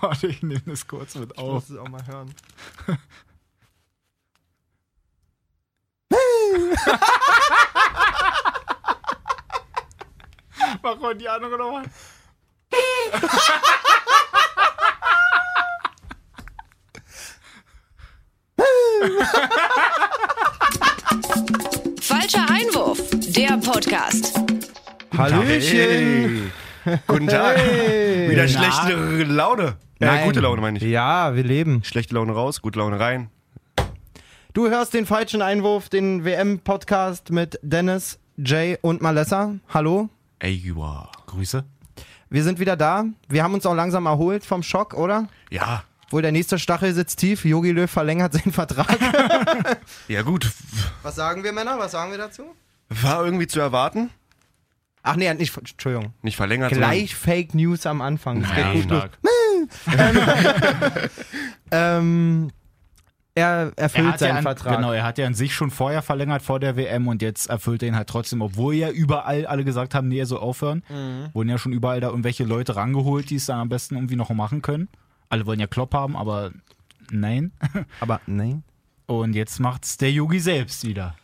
Warte, ich nehme das kurz mit Ich auf. muss es auch mal hören. Mach mal die andere nochmal. Falscher Einwurf, der Podcast. Hallöchen! Hey. Guten Tag. Hey. Wieder schlechte Laune. Ja, Nein. gute Laune meine ich. Ja, wir leben. Schlechte Laune raus, gute Laune rein. Du hörst den falschen Einwurf, den WM-Podcast mit Dennis, Jay und Malessa. Hallo, Ey, joa. Grüße. wir sind wieder da. Wir haben uns auch langsam erholt vom Schock, oder? Ja, Wohl der nächste Stachel sitzt tief. Yogi Löw verlängert seinen Vertrag. ja gut. Was sagen wir, Männer? Was sagen wir dazu? War irgendwie zu erwarten. Ach nee, er hat nicht. Entschuldigung. Nicht verlängert. Gleich Fake News am Anfang. Das Ja, geht gut los. stark. Ähm, er Er erfüllt hat, ja seinen an, Vertrag. genau, er hat ja an sich schon vorher verlängert vor der WM und jetzt erfüllt er ihn halt trotzdem, obwohl ja überall alle gesagt haben, nee, er soll aufhören. Mhm. Wurden ja schon überall da irgendwelche Leute rangeholt, die es dann am besten irgendwie noch machen können. Alle wollen ja Klopp haben, aber nein. Aber nein. Und jetzt macht's der Yogi selbst wieder.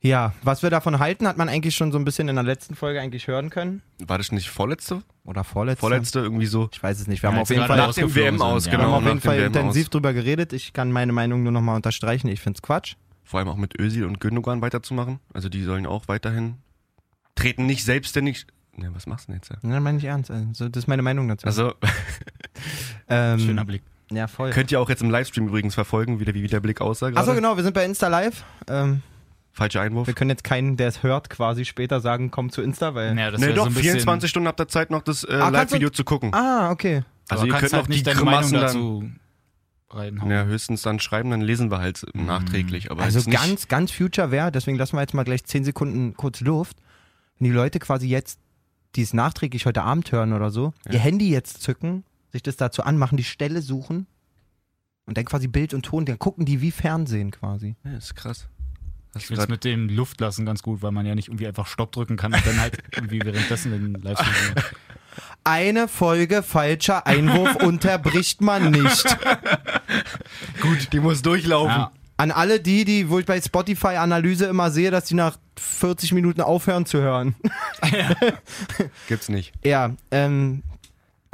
Ja, was wir davon halten, hat man eigentlich schon so ein bisschen in der letzten Folge eigentlich hören können. sondern- War das nicht vorletzte? Oder vorletzte. Vorletzte irgendwie so. Ich weiß es nicht. Wir haben Ja, als auf jeden wir Fall, gerade Nach dem ausgeflogen WM aus, sind, ja. wir haben genau. auf jeden nach dem Fall WM intensiv Aus. drüber geredet. Ich kann meine Meinung nur nochmal unterstreichen. Ich find's Quatsch. Vor allem auch mit Özil und Gündogan weiterzumachen. Also die sollen auch weiterhin treten nicht selbstständig. Ne, was machst du denn jetzt? ja? Nein, meine ich ernst. Also, das ist meine Meinung dazu. Also ähm, Schöner Blick. Ja, voll. könnt ihr auch jetzt im Livestream übrigens verfolgen, wie der, wie der Blick aussah gerade. Achso, genau, wir sind bei Insta Live. Ähm, Falscher Einwurf. wir können jetzt keinen, der es hört, quasi später sagen, komm zu Insta, weil. Naja, das Ne, wär doch, so ein bisschen, 24 Stunden habt ihr Zeit noch das äh, Ah, kannst Live-Video du- zu gucken. Ah, okay. aber also ihr kannst könnt halt auch die nicht deine Grimassen Meinung dann dazu reinhauen. Ja, höchstens dann schreiben, dann lesen wir halt nachträglich. Aber Also jetzt nicht, ganz, ganz Future wäre, deswegen lassen wir jetzt mal gleich 10 Sekunden kurz Luft. Wenn die Leute quasi jetzt, die es nachträglich heute Abend hören oder so, ihr Handy jetzt zücken, sich das dazu anmachen, die Stelle suchen und dann quasi Bild und Ton, dann gucken die wie Fernsehen quasi. Ja, ist krass. Hast Ich du finde es grad, mit dem Luftlassen ganz gut, weil man ja nicht irgendwie einfach Stopp drücken kann und dann halt irgendwie währenddessen den Livestream. Eine Folge falscher Einwurf unterbricht man nicht. gut, die muss durchlaufen. ja, An alle die, die, wo ich bei Spotify-Analyse immer sehe, dass die nach 40 Minuten aufhören zu hören. Gibt's nicht. Ja, ähm,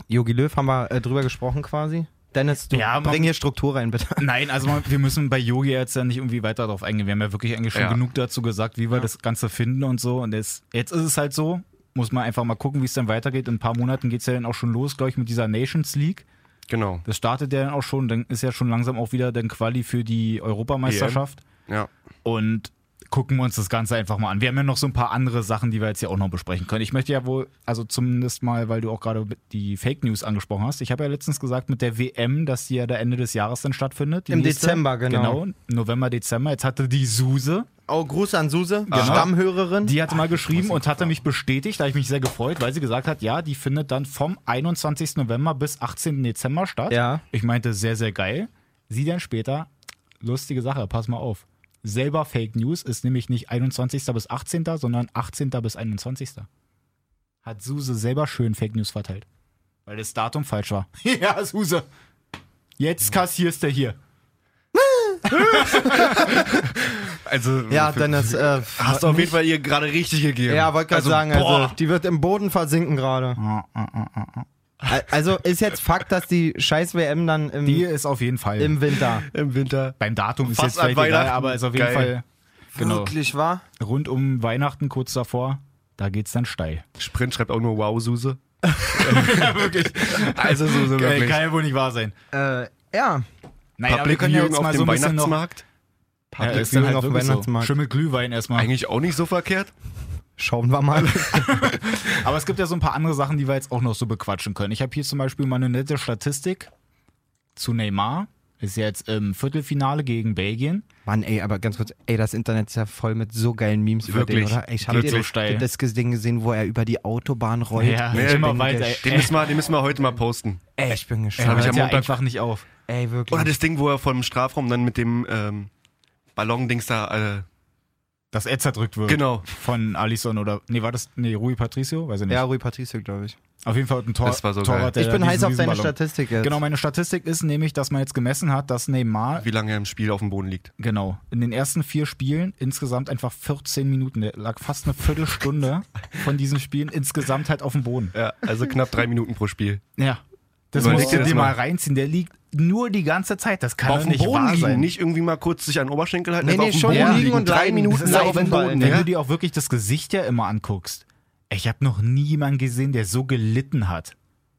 Jogi Löw haben wir äh, drüber gesprochen quasi. Dennis, du Ja, man- bring hier Struktur rein, bitte. Nein, also man, wir müssen bei Yogi jetzt ja nicht irgendwie weiter darauf eingehen. Wir haben ja wirklich eigentlich schon Ja. genug dazu gesagt, wie wir das Ganze finden und so. Und jetzt, jetzt ist es halt so, muss man einfach mal gucken, wie es dann weitergeht. In ein paar Monaten geht es ja dann auch schon los, glaube ich, mit dieser Nations League. Genau. Das startet ja dann auch schon. Dann ist ja schon langsam auch wieder dann Quali für die Europameisterschaft. Ja. Und gucken wir uns das Ganze einfach mal an. Wir haben ja noch so ein paar andere Sachen, die wir jetzt hier auch noch besprechen können. Ich möchte ja wohl, also zumindest mal, weil du auch gerade die Fake News angesprochen hast. Ich habe ja letztens gesagt mit der WM, dass die ja da Ende des Jahres dann stattfindet. die Im Dezember, genau. Genau, November, Dezember. Jetzt hatte die Suse, Oh, Gruß an Suse, Stammhörerin. Genau. die hatte mal geschrieben und hatte mich bestätigt, da habe ich mich sehr gefreut, weil sie gesagt hat, ja, die findet dann vom 21. November bis 18. Dezember statt. Ja. Ich meinte, sehr, sehr geil. Sie dann später, lustige Sache, pass mal auf. Selber Fake News ist nämlich nicht 21. bis 18., sondern 18. bis 21. Hat Suse selber schön Fake News verteilt. Weil das Datum falsch war. ja, Suse. Jetzt kassierst du hier. Also, ja, für- Dennis, äh, hast du auf jeden Fall ihr gerade richtig gegeben. ja, wollte gerade Also, sagen, boah. also, die wird im Boden versinken gerade. Ah, Al- Also ist jetzt Fakt, dass die scheiß WM dann im, Die ist auf jeden Fall. im Winter. im Winter. beim Datum ist Fast jetzt an vielleicht egal, Weihnachten. aber ist auf jeden Geil. Fall genau, Wirklich wahr? rund um Weihnachten, kurz davor, da geht's dann steil. Sprint schreibt auch nur Wow, Suse. ja, wirklich. Also, Suse, wirklich. ja wohl nicht wahr sein. Äh, ja. Naja, aber wir Public können ja Viewing jetzt auf mal dem so ein bisschen noch... Weihnachtsmarkt. Ja, Public ist dann Viewing halt auf dem wirklich So. Weihnachtsmarkt. Schön mit Glühwein erstmal. Eigentlich auch nicht so verkehrt. Schauen wir mal. Aber es gibt ja so ein paar andere Sachen, die wir jetzt auch noch so bequatschen können. Ich habe hier zum Beispiel mal eine nette Statistik zu Neymar. Ist ja jetzt im Viertelfinale gegen Belgien. Mann, ey, aber ganz kurz, ey, das Internet ist ja voll mit so geilen Memes über den, Wirklich. oder? Ey, Ich habe Geht so dir steil. das Ding gesehen, wo er über die Autobahn rollt. Ja, ich immer bin weiter, gesch- Den müssen, wir, den müssen wir heute mal posten. Ey, ich bin Das gespannt. hab ich hört am ja Montag- einfach nicht auf. Oh, Ey, Genau. wirklich. Oder das Ding, wo er vom Strafraum dann mit dem ähm, Ballon-Dings da äh, dass er zerdrückt wird. Genau. Von Alisson oder, nee, war das, nee, Rui Patricio? Weiß ich nicht. Ja, Rui Patricio, glaube ich. Auf jeden Fall ein Tor, Das war so Torwart, der ich bin diesen heiß auf deine Riesenballon- Statistik jetzt. Genau, meine Statistik ist nämlich, dass man jetzt gemessen hat, dass Neymar, Wie lange er im Spiel auf dem Boden liegt. genau, in den ersten vier Spielen insgesamt einfach 14 Minuten, der lag fast eine Viertelstunde von diesen Spielen insgesamt halt auf dem Boden. Ja, also knapp drei Minuten pro Spiel. Ja. Das Überleg musst dir du das dir mal mal. reinziehen. Der liegt nur die ganze Zeit. Das kann Auf doch dem nicht Boden wahr liegen, sein. nicht irgendwie mal kurz sich an den Oberschenkel halten. Nee, einfach nee, auf dem schon Boden liegen liegen und drei leiden. Minuten Das ist lang auf auf dem jeden Fall, Boden. Wenn Ja. du dir auch wirklich das Gesicht ja immer anguckst. Ich habe noch niemanden gesehen, der so gelitten hat.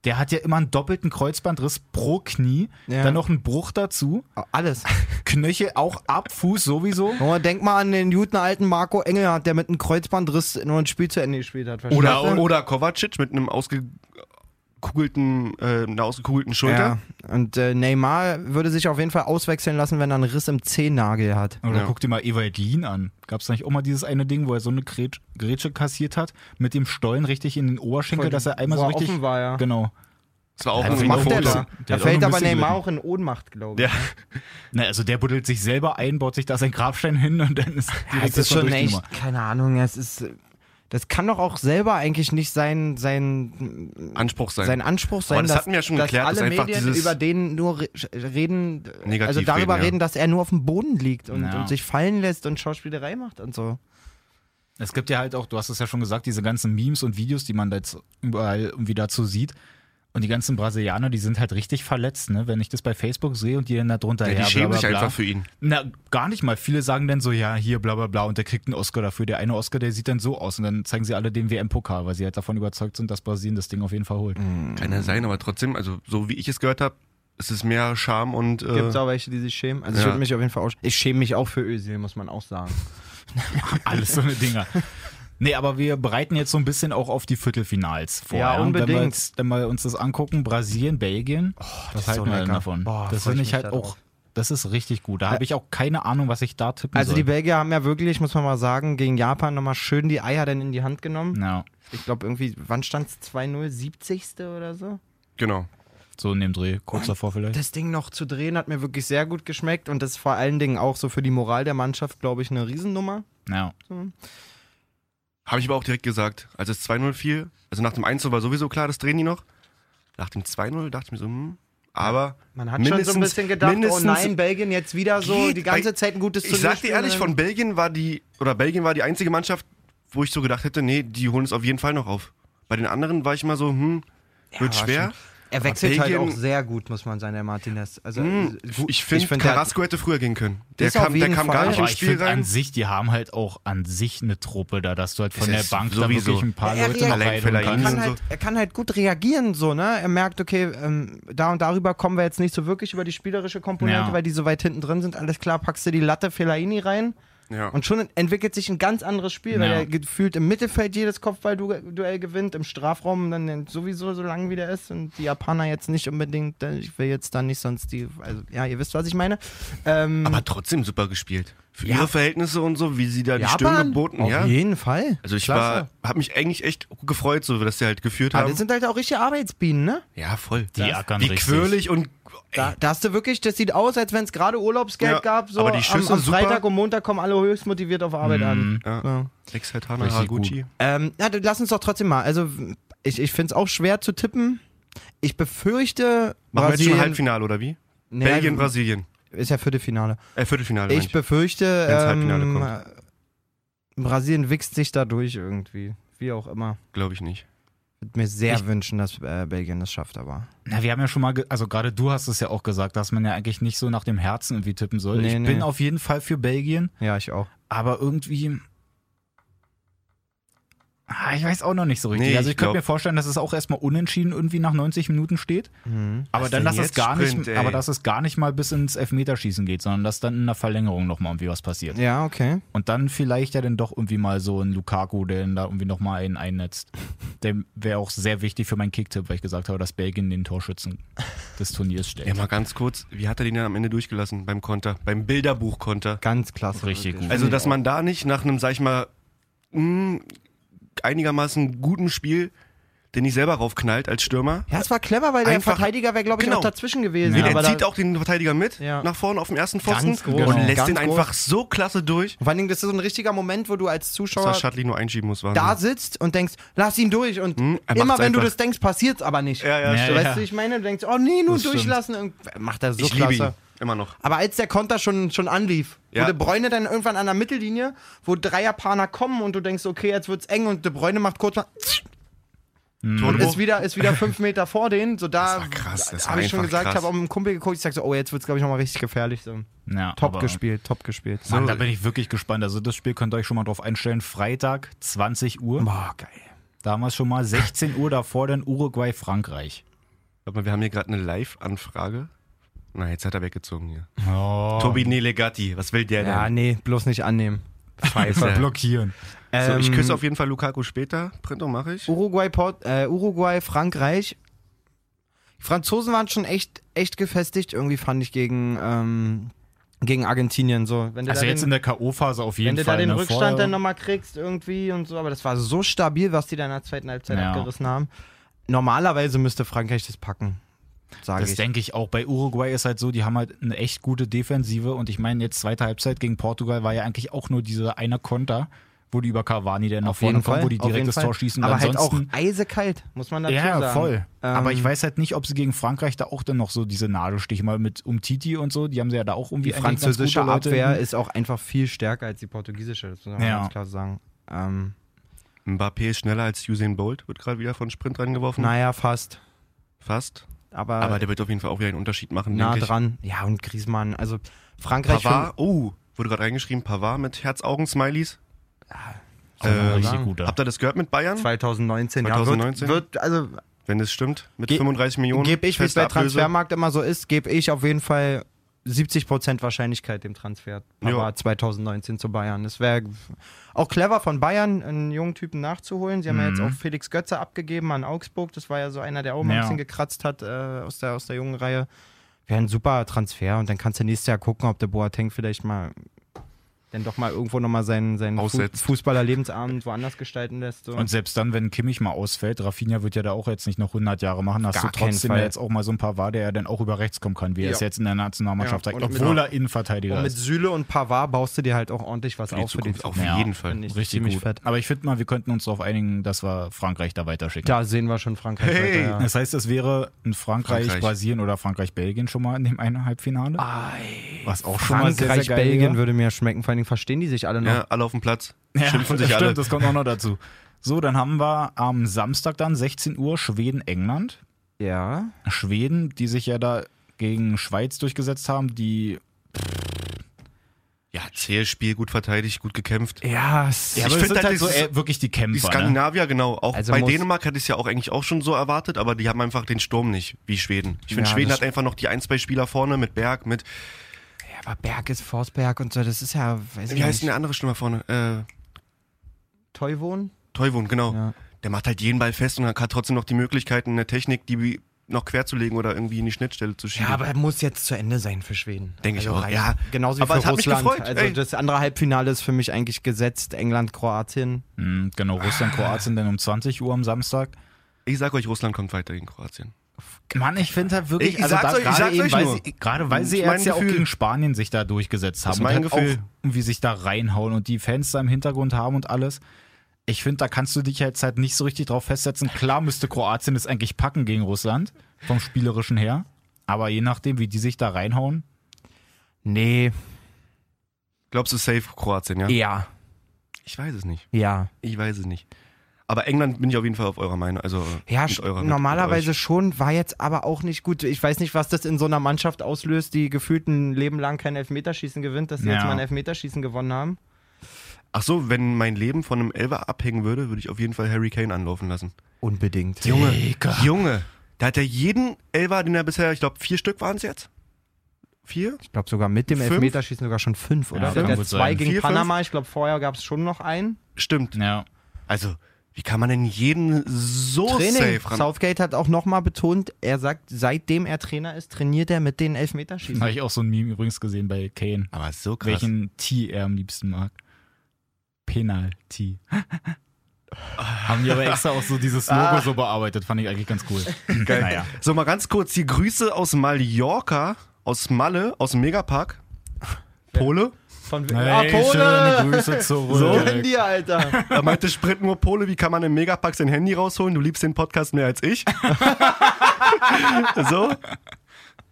Der hat ja immer einen doppelten Kreuzbandriss pro Knie, Ja. dann noch einen Bruch dazu, Oh, Alles. Knöchel auch ab, Fuß sowieso. Oh, denk mal an den guten alten Marco Engelhardt, der mit einem Kreuzbandriss nur ein Spiel zu Ende gespielt hat. verstehst Oder, du? oder Kovacic mit einem ausgekugelten, äh, einer ausgekugelten Ja. Schulter. Und äh, Neymar würde sich auf jeden Fall auswechseln lassen, wenn er einen Riss im Zehennagel hat. Oder Ja. guck dir mal Ewald Lien an. Gab es nicht auch mal dieses eine Ding, wo er so eine Grätsch- Grätsche kassiert hat, mit dem Stollen richtig in den Oberschenkel, dass er einmal Wo so er richtig. offen war, ja. Genau. Das war auch Ja, ein das Was macht macht der der Foto. Foto. Der da? hat Da auch noch fällt ein aber bisschen Neymar gelitten. auch in Ohnmacht, glaube ich. Ja. Na, also der buddelt sich selber ein, baut sich da sein Grabstein hin und dann ist direkt Das Ah, ist erstmal schon durch die Nummer. echt, keine Ahnung, es ist. äh, Das kann doch auch selber eigentlich nicht sein, sein, Anspruch sein. sein Anspruch sein, Aber das dass, hatten wir ja schon dass geklärt, alle dass einfach Medien dieses- über den nur re- reden, Negativ also darüber reden, ja. reden, dass er nur auf dem Boden liegt und, Ja. und sich fallen lässt und Schauspielerei macht und so. Es gibt ja halt auch, du hast es ja schon gesagt, diese ganzen Memes und Videos, die man da jetzt überall irgendwie dazu sieht. Und die ganzen Brasilianer, die sind halt richtig verletzt, ne? Wenn ich das bei Facebook sehe und die dann da drunter ja, die her, bla, schämen bla, sich bla. einfach für ihn. Na, gar nicht mal. Viele sagen dann so, ja, hier, bla, bla, bla, und der kriegt einen Oscar dafür. Der eine Oscar, der sieht dann so aus. Und dann zeigen sie alle den WM-Pokal, weil sie halt davon überzeugt sind, dass Brasilien das Ding auf jeden Fall holt. Mhm. Kann ja sein, aber trotzdem, also so wie ich es gehört habe, ist es mehr Scham und äh, Gibt es auch welche, die sich schämen? Also ich Ja. würde mich auf jeden Fall auch. Ich schäme mich auch für Özil, muss man auch sagen. Alles so eine Dinger. Nee, aber wir bereiten jetzt so ein bisschen auch auf die Viertelfinals vor. Ja, Und Wenn wir, unbedingt. Oh, jetzt, wenn wir uns das angucken, Brasilien, Belgien, das, ist halten so wir denn lecker. davon. Boah, das freu finde ich ich mich halt da auch, drauf. Äh, das ist richtig gut. Da habe ich auch keine Ahnung, was ich da tippen Also soll. die Belgier haben ja wirklich, muss man mal sagen, gegen Japan nochmal schön die Eier dann in die Hand Hm. genommen. ja, Ich glaube irgendwie, wann stand es 2-0? 70. oder so? genau. so in dem Dreh, kurz davor vielleicht. Das Ding noch zu drehen hat mir wirklich sehr gut geschmeckt und das ist vor allen Dingen auch so für die Moral der Mannschaft, glaube ich, eine Riesennummer. Ja. Habe ich aber auch direkt gesagt, als es 2-0 fiel, also nach dem 1 war sowieso klar, das drehen die noch. Nach dem 2-0 dachte ich mir so, hm, aber Man hat schon so ein Mindestens- bisschen gedacht, oh mindestens- nein, Belgien jetzt wieder so Geht, die ganze weil- Zeit ein gutes ich sag dir ehrlich, von Belgien war die, oder Belgien war die einzige Mannschaft, wo ich so gedacht hätte, nee, die holen es auf jeden Fall noch auf. Bei den anderen war ich mal so, hm, wird war schwer. Er wechselt Aber halt auch Belgien- sehr gut, muss man sagen, der Martinez. Also, Hm, gut, ich finde, find, der hat- Carrasco hätte früher gehen können. Der Ist auf kam, der jeden kam Fall. gar nicht Aber ins ich Spiel finde an rein. sich, die haben halt auch an sich eine Truppe da, dass du halt von Es der ist Bank sowieso- da wirklich ein paar Ja, Leute ja, noch allein rein vielleicht und kann und halt, er kann halt gut reagieren, so, ne? Er merkt, okay, ähm, da und darüber kommen wir jetzt nicht so wirklich über die spielerische Komponente, Ja. weil die so weit hinten drin sind. Alles klar, packst du die Latte Fellaini rein Ja. und schon entwickelt sich ein ganz anderes Spiel, weil Ja. er gefühlt im Mittelfeld jedes Kopfballduell gewinnt, im Strafraum dann sowieso so lang wie der ist und die Japaner jetzt nicht unbedingt, äh, ich will jetzt da nicht sonst die, also ja, ihr wisst, was ich meine. Ähm, aber trotzdem super gespielt. Für ihre Verhältnisse und so, wie sie da die Stirn geboten, Auf ja. jeden Fall. Also ich Klasse. war, habe mich eigentlich echt gefreut, so dass sie halt geführt Aber haben. das sind halt auch richtige Arbeitsbienen, ne? ja, voll. Die ackern Wie richtig. quirlig und Da, da hast du wirklich, das sieht aus, als wenn es gerade Urlaubsgeld Ja, gab. So aber die am, Schüsse am super. Mhm. Freitag und Montag kommen alle höchst motiviert auf Arbeit an. Ja. Ja. Exaltana Richtig gut. Haraguchi. Ähm, ja, dann lass uns doch trotzdem mal. Also, ich, ich finde es auch schwer zu tippen. Ich befürchte, Machen wir jetzt schon Brasilien. Halbfinale, oder wie? Nee, Belgien, Brasilien. Ist ja Viertelfinale. Äh, Viertelfinale. Ich Ich befürchte, Wenn's Halbfinale ähm, Brasilien wichst sich da durch irgendwie. Wie auch immer. glaube ich nicht. Würde mir sehr Ich- wünschen, dass äh, Belgien das schafft, aber. Na, wir haben ja schon mal, ge also gerade du hast es ja auch gesagt, dass man ja eigentlich nicht so nach dem Herzen irgendwie tippen soll. Nee, ich nee. bin auf jeden Fall für Belgien, Ja, ich auch. aber irgendwie. Ah, Ich weiß auch noch nicht so richtig. Nee, also ich, ich könnte glaub- mir vorstellen, dass es auch erstmal unentschieden irgendwie nach 90 Minuten steht. Aber Mhm. Was dann, denn dass es jetzt gar Sprint, nicht, ey? aber dass es gar nicht mal bis ins Elfmeterschießen geht, sondern dass dann in der Verlängerung nochmal irgendwie was passiert. Ja, okay. Und dann vielleicht ja dann doch irgendwie mal so ein Lukaku, der dann da irgendwie nochmal einen einnetzt. Der wäre auch sehr wichtig für meinen Kicktipp, weil ich gesagt habe, dass Belgien den Torschützen des Turniers stellt. Ja, mal ganz kurz. Wie hat er den denn am Ende durchgelassen beim Konter? Beim Bilderbuchkonter. Ganz klasse. Richtig wirklich. gut. Also, dass man da nicht nach einem, sag ich mal, mh, einigermaßen hm, guten Spiel den nicht selber raufknallt als Stürmer. Ja, es war clever, weil der Einfach- Verteidiger wäre, glaube ich, Genau. noch dazwischen gewesen. Nee, Ja, der aber zieht da, auch den Verteidiger mit Ja. nach vorne auf den ersten Pfosten Ganz und groß. lässt Ganz den groß. einfach so klasse durch, vor allen Dingen, das ist so ein richtiger Moment, wo du als Zuschauer dass Schatley nur einschieben muss. Wahnsinn. da sitzt und denkst, lass ihn durch. Und Hm, er immer macht's wenn du einfach. das denkst, passiert's aber nicht. Ja, ja, Ja, stimmt. Weißt du, ich meine, du denkst, oh nee, nur Das stimmt. durchlassen. Und Macht er so ich klasse. liebe ihn. Immer noch. Aber als der Konter schon, schon anlief, Ja. wo De Bruyne dann irgendwann an der Mittellinie, wo Dreierpaner kommen und du denkst, okay, jetzt wird's eng und De Bruyne macht kurz mal, Todbruch. ist wieder, ist wieder fünf Meter vor denen. So da Das war krass, das war habe ich schon einfach gesagt, krass. habe auch mit einem Kumpel geguckt, ich sag so, oh, jetzt wird's glaube ich nochmal richtig gefährlich. So. Ja, Top aber- gespielt, top gespielt. Mann, da bin ich wirklich gespannt. Also das Spiel könnt ihr euch schon mal drauf einstellen. Freitag, 20 Uhr. Boah, geil. Damals schon mal 16 Uhr davor dann Uruguay, Frankreich. Warte mal, wir haben hier gerade eine Live-Anfrage. Na, jetzt hat er weggezogen hier. Oh, Tobi Nelegatti, was will der Ja, denn? nee, bloß nicht annehmen. Pfeife. blockieren. so, ich Ähm, küsse auf jeden Fall Lukaku später. Printo mache ich. Uruguay, Port, äh, Uruguay, Frankreich. Die Franzosen waren schon echt, echt gefestigt, irgendwie fand ich gegen, ähm, gegen Argentinien so. Wenn du Also da jetzt den, in der K.O.-Phase auf jeden wenn du da Fall. den ne? Rückstand Vorher- dann nochmal kriegst irgendwie und so, aber das war so stabil, was die dann in der zweiten Halbzeit Ja. abgerissen haben. Normalerweise müsste Frankreich das packen, sage Das ich. denke ich auch. Bei Uruguay ist halt so, die haben halt eine echt gute Defensive und ich meine, jetzt zweite Halbzeit gegen Portugal war ja eigentlich auch nur dieser eine Konter, wo die über Cavani dann nach Auf vorne jeden Fall, kommen, wo die auf jeden direkt das Fall. Tor schießen. Aber halt auch ansonsten, eisekalt, muss man dazu ja, sagen. voll. Ähm, Aber ich weiß halt nicht, ob sie gegen Frankreich da auch dann noch so diese Nadelstiche mal mit Umtiti und so, die haben sie ja da auch irgendwie die eigentlich ganz französische gute Leute. Abwehr ist auch einfach viel stärker als die portugiesische, das muss man Ja. ganz klar sagen. Ähm, Mbappé ist schneller als Usain Bolt. Wird gerade wieder von Sprint reingeworfen. naja, fast. Fast. aber, Aber der wird auf jeden Fall auch wieder einen Unterschied machen, nah denke ich. dran. Ja, und Griezmann, also Frankreich Pavard, oh, wurde gerade reingeschrieben, Pavard mit Herz-Augen-Smileys. Auch eine Äh, richtig sagen. guter. Habt ihr das gehört mit Bayern? schon 2019, ja, 2019? wird, wird also Wenn es stimmt, mit Ge- 35 Millionen. gebe ich, wie es feste bei Ablöse. Transfermarkt immer so ist, gebe ich auf jeden Fall 70% Wahrscheinlichkeit dem Transfer. Ja. Aber 2019 zu Bayern. Das wäre auch clever von Bayern, einen jungen Typen nachzuholen. Sie haben Mhm. ja jetzt auch Felix Götze abgegeben an Augsburg. Das war ja so einer, der auch mal Ja. ein bisschen gekratzt hat äh, aus, der, aus der jungen Reihe. Wäre ein super Transfer und dann kannst du nächstes Jahr gucken, ob der Boateng vielleicht mal dann doch mal irgendwo nochmal seinen, seinen Fu Aussetzt. Fußballer-Lebensabend woanders gestalten lässt. So. Und selbst dann, wenn Kimmich mal ausfällt, Rafinha wird ja da auch jetzt nicht noch 100 Jahre machen, hast Gar du trotzdem keinen Fall. ja jetzt auch mal so ein paar war, der ja dann auch über rechts kommen kann, wie er Ja. es jetzt in der Nationalmannschaft Ja, zeigt, und mit- obwohl er Innenverteidiger Und mit ist. Süle und Pavard baust du dir halt auch ordentlich was Für die auf für die Zukunft, Zukunft. auf jeden Fall. Finde ich Richtig ziemlich gut. fett. Aber ich finde mal, wir könnten uns darauf einigen, dass wir Frankreich da weiterschicken. Da sehen wir schon Frankreich Hey! weiter. Ja. Das heißt, es wäre in Frankreich, Frankreich. Brasilien oder Frankreich-Belgien schon mal in dem einen Halbfinale. was auch schon mal sehr, sehr Frankreich, geil Belgien wäre. würde mir schmecken. Vor allen Dingen verstehen die sich alle noch. Ja, alle auf dem Platz. Schimpfen sich stimmt, alle. das kommt auch noch dazu. So, dann haben wir am Samstag dann 16 Uhr Schweden-England. Ja. Schweden, die sich ja da gegen Schweiz durchgesetzt haben, die Ja, zähes Spiel, gut verteidigt, gut gekämpft. Ja, Ja, Ich aber ich find finde halt halt so dieses- äh, wirklich die Die Kämpfer. Ne? Skandinavier, genau. Auch Also bei muss- Dänemark hatte ich es ja auch eigentlich auch schon so erwartet, aber die haben einfach den Sturm nicht, wie Schweden. Ich finde, Ja, Schweden das- hat einfach noch die ein, zwei Spieler vorne mit Berg, mit. aber Berg ist Forsberg und so. Das ist ja, weiß Wie ich heißt denn nicht. der andere Stürmer vorne? Äh, Teuwohn? Teuwon, genau. Ja. Der macht halt jeden Ball fest und hat trotzdem noch die Möglichkeiten, eine Technik, die noch quer zu legen oder irgendwie in die Schnittstelle zu schieben. Ja, aber er muss jetzt zu Ende sein für Schweden. Denke ich auch, rein- ja. Genauso wie Aber für es hat mich Russland. gefreut, also ey. das andere Halbfinale ist für mich eigentlich gesetzt. England, Kroatien. Mhm, genau, Russland, Kroatien dann um 20 Uhr am Samstag. ich sag euch, Russland kommt weiter gegen Kroatien. Mann, ich finde halt wirklich, Ich- ich also sag's da euch- ich gerade sag's eben, euch weil nur. sie, gerade weil Das sie ist mein jetzt ja auch Gefühl. gegen Spanien sich da durchgesetzt haben ist und mein halt Gefühl. auch irgendwie sich da reinhauen und die Fans da im Hintergrund haben und alles. Ich finde, da kannst du dich jetzt halt nicht so richtig drauf festsetzen. Klar müsste Kroatien es eigentlich packen gegen Russland, vom Spielerischen her. Aber je nachdem, wie die sich da reinhauen, Nee. Glaubst du safe Kroatien, ja? Ja. Ich weiß es nicht. Ja. Ich weiß es nicht. Aber England bin ich auf jeden Fall auf eurer Meinung. Also Ja, mit sch- eurer, mit- normalerweise mit schon, war jetzt aber auch nicht gut. Ich weiß nicht, was das in so einer Mannschaft auslöst, die gefühlt ein Leben lang kein Elfmeterschießen gewinnt, dass sie jetzt Ja. mal ein Elfmeterschießen gewonnen haben. euch. Ach so, wenn mein Leben von einem Elfer abhängen würde, würde ich auf jeden Fall Harry Kane anlaufen lassen. Unbedingt. Junge, Digga. Junge, da hat er jeden Elfer, den er bisher, ich glaube, vier Stück waren es jetzt. Vier? Ich glaube sogar mit dem Fünf? Elfmeterschießen sogar schon fünf, oder? Ja, kann Der gut zwei sein. gegen Vier, fünf? Panama, ich glaube vorher gab es schon noch einen. Stimmt. ja. Also, wie kann man denn jeden so Oh, Training. safe ran? Southgate hat auch nochmal betont, er sagt, seitdem er Trainer ist, trainiert er mit den Elfmeterschießen. Habe ich auch so ein Meme übrigens gesehen bei Kane. Aber so krass. welchen Tee er am liebsten mag. Penalty. Haben die aber extra auch so dieses Logo so bearbeitet, fand ich eigentlich ganz cool. Ah. Geil. Naja. So, mal ganz kurz die Grüße aus Mallorca, aus Malle, aus dem Megapark. Pole? Von Ah, Hey, schöne Grüße zurück. Handy, Alter. Er meinte Sprit nur Pole, wie kann man im Megapark sein Handy rausholen? Du liebst den Podcast mehr als ich. so?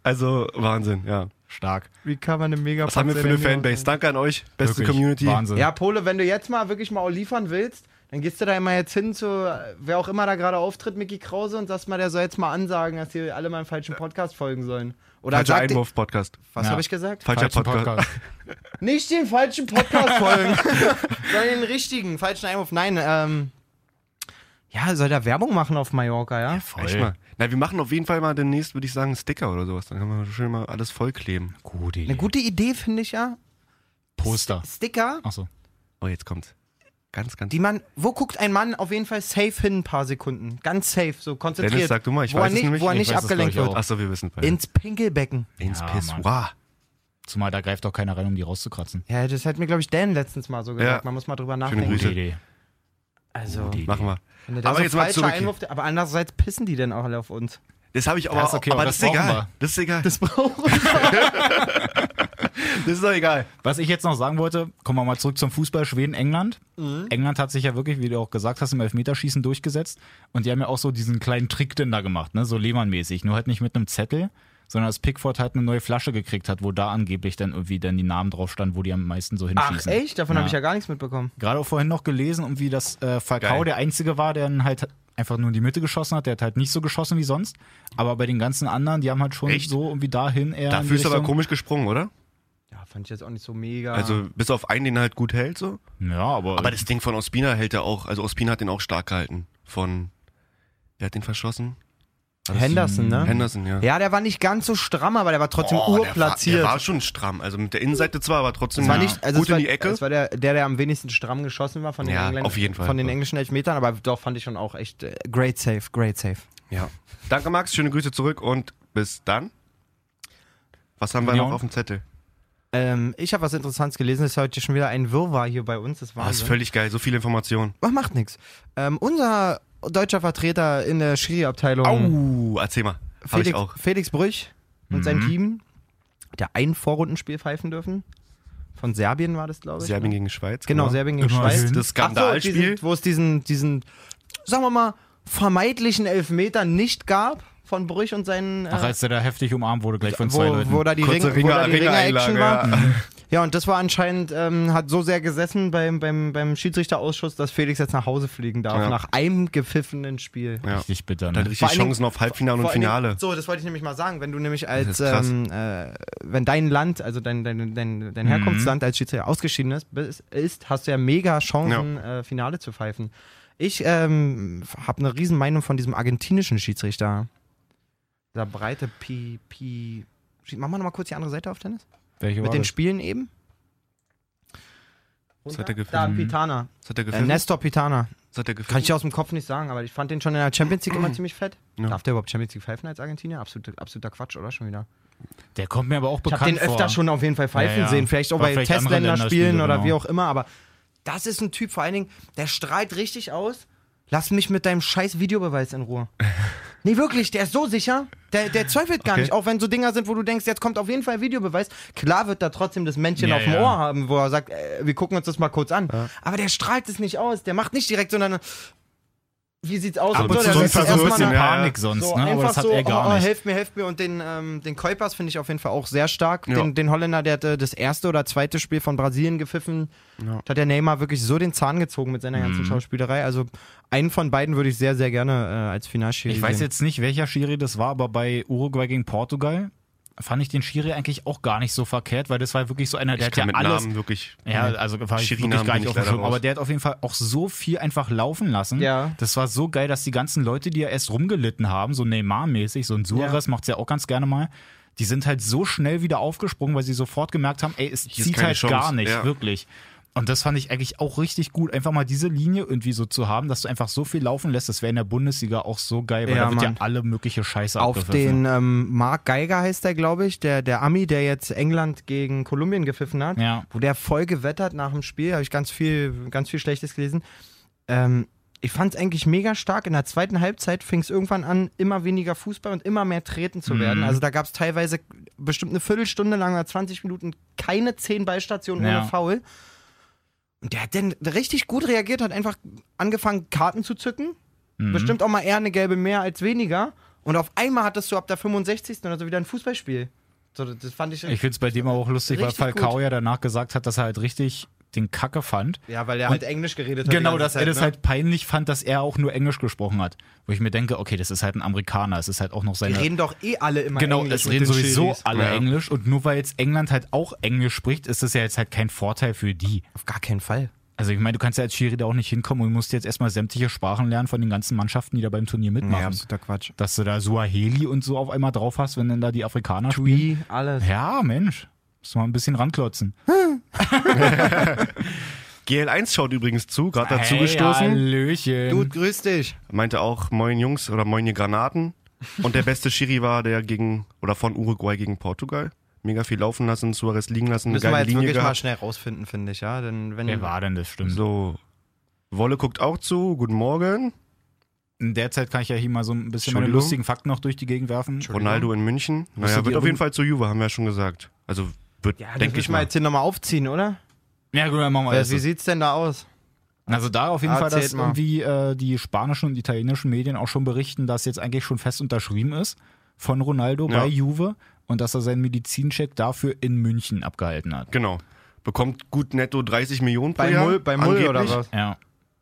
Also, Wahnsinn, ja. Stark. Wie kann man eine mega Was haben wir für eine Fanbase? Danke an euch, beste Wirklich. Community. Wahnsinn. Ja, Pole, wenn du jetzt mal wirklich mal liefern willst, dann gehst du da immer jetzt hin zu, äh, wer auch immer da gerade auftritt, Mickey Krause, und sagst mal, der soll jetzt mal ansagen, dass die alle mal einen falschen Podcast folgen sollen. Oder Falscher sag die- Einwurf-Podcast. Was Ja. habe ich gesagt? Falscher Falschen Podcast. Nicht den falschen Podcast folgen, sondern den richtigen, falschen Einwurf. Nein, ähm. Ja, soll da Werbung machen auf Mallorca, ja? Voll. Echt mal. Na, wir machen auf jeden Fall mal demnächst, würde ich sagen, einen Sticker oder sowas. Dann kann man schön mal alles vollkleben. Gute Idee. Eine gute Idee, finde ich ja. Poster. Sticker, Achso. Oh, jetzt kommt's. Ganz, ganz. die man, wo guckt ein Mann auf jeden Fall safe hin, ein paar Sekunden. Ganz safe, so konzentriert. Dennis, sag du mal, ich wo weiß er es nicht, nämlich Wo er nicht. nicht Ich weiß es, abgelenkt glaub ich, wird. auch. Achso, wir wissen beide. Ins Pinkelbecken. Ins Ja, Pissoir. Zumal da greift auch keiner rein, um die rauszukratzen. Ja, das hat mir, glaube ich, Dan letztens mal so gesagt. Ja. Man muss mal drüber Schöne nachdenken. Gute Grüße. Idee. Also, Gute Idee. Machen wir. wenn du da Aber so jetzt mal falscher zurück hier. Einwurf, aber andererseits pissen die denn auch alle auf uns. Das habe ich aber Das ist okay, aber das ist brauchen egal. wir. Das ist egal. Das brauchen Das ist doch egal. Was ich jetzt noch sagen wollte, kommen wir mal zurück zum Fußball Schweden-England. Mhm. England hat sich ja wirklich, wie du auch gesagt hast, im Elfmeterschießen durchgesetzt. Und die haben ja auch so diesen kleinen Trick denn da gemacht, ne? so Lehmann-mäßig. Nur halt nicht mit einem Zettel, sondern dass Pickford halt eine neue Flasche gekriegt hat, wo da angeblich dann irgendwie dann die Namen drauf standen, wo die am meisten so Ach, hinschießen. echt? Davon Ja. habe ich ja gar nichts mitbekommen. Gerade auch vorhin noch gelesen, irgendwie, dass äh, Falcao Geil. der Einzige war, der dann halt einfach nur in die Mitte geschossen hat. Der hat halt nicht so geschossen wie sonst. Aber bei den ganzen anderen, die haben halt schon Echt? so irgendwie dahin eher. in die Dafür ist aber Richtung- komisch gesprungen, oder? Ja, fand ich jetzt auch nicht so mega. Also bis auf einen, den er halt gut hält so. Ja, aber, Aber das Ding von Ospina hält er auch. Also Ospina hat den auch stark gehalten. Von wer hat den verschossen? War das- Henderson, ne? Henderson, Hm? ja. Ja, der war nicht ganz so stramm, aber der war trotzdem Oh, Der urplatziert. war, der war schon stramm. Also mit der Innenseite zwar, aber trotzdem Es war ja. nicht, also gut es war, in die Ecke. Es war der, der, der am wenigsten stramm geschossen war von den, Ja, Engländern- auf jeden Fall. von den englischen Elfmetern, aber doch fand ich schon auch echt äh, great safe, great safe. ja. Danke Max, schöne Grüße zurück und bis dann. Was haben wir Ja. noch auf dem Zettel? Ähm, ich habe was Interessantes gelesen, es ist heute schon wieder ein Wirrwarr hier bei uns, das war. Ah, ist völlig geil, so viele Informationen. macht nichts. Ähm, unser deutscher Vertreter in der Schiri-Abteilung, Au, Hm. erzähl mal. Hab ich Felix, auch. Mhm. Felix Brüch und sein Team, der ein Vorrundenspiel pfeifen dürfen. Von Serbien war das, glaube ich. Serbien ne? gegen Schweiz. Genau, oder? Serbien gegen Immerhin. Schweiz. Das Ach so, Skandalspiel. diesen, wo es diesen, diesen, sagen wir mal, vermeidlichen Elfmeter nicht gab von Brüch und seinen. Äh, Ach, als der da heftig umarmt wurde, gleich von wo, zwei Leuten. wo da die, Ring, Kurze wo da die Ringer- Ringer-Action Ringereinlage, war. ja. Ja. und das war anscheinend, ähm, hat so sehr gesessen beim, beim, beim Schiedsrichterausschuss, dass Felix jetzt nach Hause fliegen darf, Ja. nach einem gepfiffenen Spiel. Ja. Richtig bitter. Dann Ne? richtig Vor allen Dingen- Chancen auf Halbfinale Vor und allen Dingen- Finale. so, das wollte ich nämlich mal sagen. Wenn du nämlich ist als, krass. ähm, äh, wenn dein Land, also dein, dein, dein, Mhm. dein Herkunftsland als Schiedsrichter ausgeschieden ist, bist- ist, hast du ja mega Chancen, äh, Finale zu pfeifen. Ich ähm, habe eine riesen Meinung von diesem argentinischen Schiedsrichter. Der breite Pi, Pi. Machen wir nochmal kurz die andere Seite auf, Dennis? Welche Mit war den das? Spielen eben. Was hat er Da, gefunden? Pitana. Was hat er Äh, gefunden? Nestor Pitana. Was hat er gefunden? Kann ich aus dem Kopf nicht sagen, aber ich fand den schon in der Champions League immer ziemlich fett. Ja. Darf der überhaupt Champions League pfeifen als Argentinier? Absolute, absoluter Quatsch, oder? Schon wieder. Der kommt mir aber auch Ich bekannt habe den vor. öfter schon auf jeden Fall pfeifen Ja, ja. sehen. Vielleicht auch Oder bei vielleicht andere Testländerspielen Länderspiele, oder genau. wie auch immer. Aber das ist ein Typ, vor allen Dingen, der strahlt richtig aus. Lass mich mit deinem scheiß Videobeweis in Ruhe. Nee, wirklich, der ist so sicher. Der, der zweifelt gar Okay. nicht. Auch wenn so Dinger sind, wo du denkst, jetzt kommt auf jeden Fall Videobeweis. Klar wird da trotzdem das Männchen Ja, auf dem ja. Ohr haben, wo er sagt, äh, wir gucken uns das mal kurz an. Aber der strahlt es nicht aus. Der macht nicht direkt, sondern wie sieht's aus? Ab und so, zu der so ein lässt Versuch, erstmal ja, nach- ja. Panik sonst, so, ne? einfach Aber das hat so, er oh, oh, gar nicht. Helft mir, helft mir. Und den, ähm, den Kuipers finde ich auf jeden Fall auch sehr stark. Ja. Den, den Holländer, der hatte das erste oder zweite Spiel von Brasilien gepfiffen. Da hat der Neymar wirklich so den Zahn gezogen mit Mhm. seiner ganzen Schauspielerei. Also einen von beiden würde ich sehr, sehr gerne äh, als Finalschiri Ich weiß sehen. jetzt nicht, welcher Schiri das war, aber bei Uruguay gegen Portugal fand ich den Schiri eigentlich auch gar nicht so verkehrt, weil das war wirklich so einer, der ich hat ja kann mit alles. Namen wirklich. Ja, also war ich wirklich Schiri-Namen gar Äh, bin nicht ich auf dem leider Schirm. raus. Aber der hat auf jeden Fall auch so viel einfach laufen lassen. Ja. Das war so geil, dass die ganzen Leute, die ja erst rumgelitten haben, so Neymar-mäßig, so ein Suarez macht's ja auch ganz gerne mal, die sind halt so schnell wieder aufgesprungen, weil sie sofort gemerkt haben, ey, es ist zieht keine halt Chance. gar nicht, Ja. wirklich. Und das fand ich eigentlich auch richtig gut, einfach mal diese Linie irgendwie so zu haben, dass du einfach so viel laufen lässt. Das wäre in der Bundesliga auch so geil, weil Ja, da wird Mann. ja alle mögliche Scheiße Auf abgepfiffen. den ähm, Mark Geiger heißt der, glaube ich, der, der Ami, der jetzt England gegen Kolumbien gepfiffen hat. Ja. wo der voll gewettert nach dem Spiel, habe ich ganz viel, ganz viel Schlechtes gelesen. Ähm, ich fand es eigentlich mega stark. In der zweiten Halbzeit fing es irgendwann an, immer weniger Fußball und immer mehr Treten zu werden. Also da gab es teilweise bestimmt eine Viertelstunde lang oder 20 Minuten keine zehn Ballstationen Ja. ohne Foul. Und der hat dann richtig gut reagiert, hat einfach angefangen, Karten zu zücken. Bestimmt auch mal eher eine gelbe mehr als weniger. Und auf einmal hattest du ab der 65. oder so wieder ein Fußballspiel. So, das das fand ich. Ich finde es bei dem auch lustig, weil Richtig Falcao gut. ja danach gesagt hat, dass er halt richtig den Kacke fand. ja, weil er Und- halt Englisch geredet hat. die Genau, ganze dass er Zeit, das ne? halt peinlich fand, dass er auch nur Englisch gesprochen hat. Wo ich mir denke, okay, das ist halt ein Amerikaner, es ist halt auch noch Die seine. reden doch eh alle immer genau, Englisch. es mit reden den sowieso Schiris. alle Ja. Englisch und nur weil jetzt England halt auch Englisch spricht, ist das ja jetzt halt kein Vorteil für die. Auf gar keinen Fall. Also ich meine, du kannst ja als Schiri da auch nicht hinkommen und musst jetzt erstmal sämtliche Sprachen lernen von den ganzen Mannschaften, die da beim Turnier mitmachen. Quatsch. Dass du da Suaheli und so auf einmal drauf hast, wenn dann da die Afrikaner spielen. Wie alles. Ja, Mensch. Muss mal ein bisschen ranklotzen. GL1 schaut übrigens zu, gerade dazu Hey, gestoßen. Hallöchen. Du, grüß dich. Meinte auch Moin Jungs oder Moin ihr Granaten. Und der beste Schiri war der gegen, oder von Uruguay gegen Portugal. Mega viel laufen lassen, Suarez liegen lassen, Müssen wir geile jetzt Linie wirklich mal gehabt. schnell rausfinden, finde ich, ja. Denn wenn Wer war denn das? Stimmt. So. Wolle guckt auch zu, guten Morgen. In der Zeit kann ich ja hier mal so ein bisschen meine Entschuldigung. lustigen Fakten noch durch die Gegend werfen. Ronaldo in München. Wisst ihr Naja, wird die auf jeden Urugu- Fall zu Juve, haben wir ja schon gesagt. Also wird, ja, denke ich mal mal. jetzt hier nochmal aufziehen, oder? Oh, Ja, gut, dann machen wir Weil, das. Äh, wie sieht's denn da aus? Also da auf jeden Fall, Erzählt dass mal. irgendwie äh, die spanischen und italienischen Medien auch schon berichten, dass jetzt eigentlich schon fest unterschrieben ist von Ronaldo Ja. bei Juve und dass er seinen Medizincheck dafür in München abgehalten hat. Genau. Bekommt gut netto 30 Millionen pro Bei Jahr. Mull, bei Mull oder Oh, angeblich. was? Ja.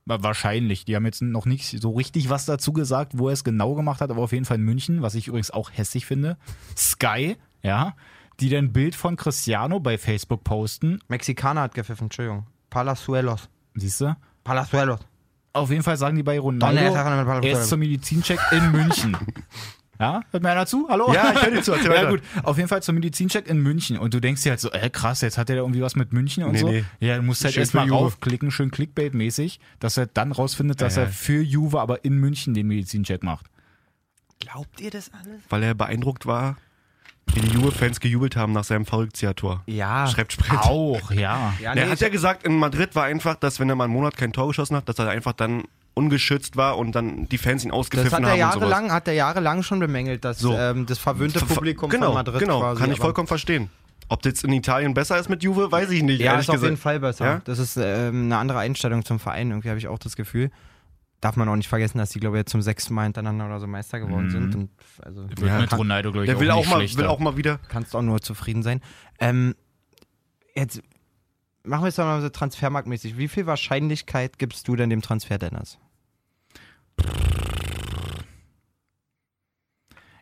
Wa- Wahrscheinlich. Die haben jetzt noch nicht so richtig was dazu gesagt, wo er es genau gemacht hat, aber auf jeden Fall in München, was ich übrigens auch hässlich finde. Sky, ja, die dann ein Bild von Cristiano bei Facebook posten. Mexikaner hat gepfiffen, Entschuldigung. Palazuelos. Siehst du? Palazuelos. Auf jeden Fall sagen die bei Ronaldo, Donner, Sache, Donner, Donner. er ist zum Medizincheck in München. Ja, hört mir einer zu? Hallo? Ja, ich höre dir zu, erzähl Ja, weiter. gut. Auf jeden Fall zum Medizincheck in München. Und du denkst dir halt so, äh, krass, jetzt hat er da irgendwie was mit München und Nee, so. nee. Ja, du musst halt Schön erstmal für Juve. raufklicken, schön Clickbait-mäßig, dass er dann rausfindet, dass Ja, er ja. für Juve, aber in München den Medizincheck macht. Glaubt ihr das alles? Weil er beeindruckt war, wie die Juve-Fans gejubelt haben nach seinem Verrückzieher-Tor. Ja. Schreibt Sprint. Auch, ja. Ja, er hat ich- ja gesagt, in Madrid war einfach, dass wenn er mal einen Monat kein Tor geschossen hat, dass er einfach dann ungeschützt war und dann die Fans ihn das hat ausgepfiffen er haben und sowas. jahrelang, hat er jahrelang schon bemängelt, dass So. ähm, das verwöhnte Ver- Publikum genau, von Madrid Genau, quasi. kann ich aber- vollkommen verstehen. Ob das jetzt in Italien besser ist mit Juve, weiß ich nicht, Ja, ehrlich ist auf gesagt. jeden Fall besser. Ja? Das ist ähm, eine andere Einstellung zum Verein, irgendwie habe ich auch das Gefühl. Darf man auch nicht vergessen, dass die, glaube ich, jetzt zum sechsten Mal hintereinander oder so Meister geworden Mhm. sind. Und, also, Wird Ja, mit kann- Ronaldo, glaube ich, Der will auch auch, nicht mal, schlechter. will auch mal wieder. kannst auch nur zufrieden sein. Ähm, jetzt machen wir es doch mal so transfermarktmäßig. Wie viel Wahrscheinlichkeit gibst du denn dem Transfer, Dennis?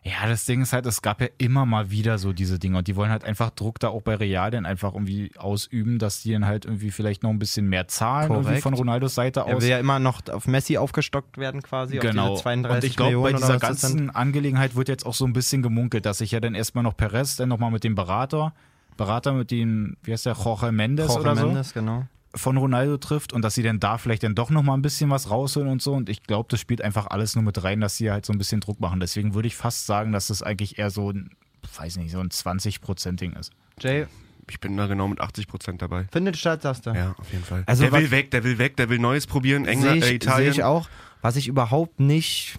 Ja, das Ding ist halt, es gab ja immer mal wieder so diese Dinge und die wollen halt einfach Druck da auch bei Real dann einfach irgendwie ausüben, dass die dann halt irgendwie vielleicht noch ein bisschen mehr zahlen irgendwie Korrekt. von Ronaldos Seite Er aus. Genau. will ja immer noch auf Messi aufgestockt werden quasi, auf diese 32 und ich glaube, bei Millionen dieser oder was das sind. ganzen Angelegenheit wird jetzt auch so ein bisschen gemunkelt, dass sich ja dann erstmal noch Perez, dann nochmal mit dem Berater, Berater mit dem, wie heißt der, Jorge Mendes Jorge oder so, Mendes, genau. von Ronaldo trifft und dass sie dann da vielleicht dann doch nochmal ein bisschen was rausholen und so. Und ich glaube, das spielt einfach alles nur mit rein, dass sie halt so ein bisschen Druck machen. Deswegen würde ich fast sagen, dass das eigentlich eher so ein, weiß nicht, so ein 20-Prozent-Ding ist. Jay, Ich bin da genau mit 80 Prozent dabei. findet statt, sagst du. Ja, auf jeden Fall. Also der was- will weg, der will weg, der will Neues probieren. Sehe England, äh, ich, seh Italien. ich auch. Was ich überhaupt nicht,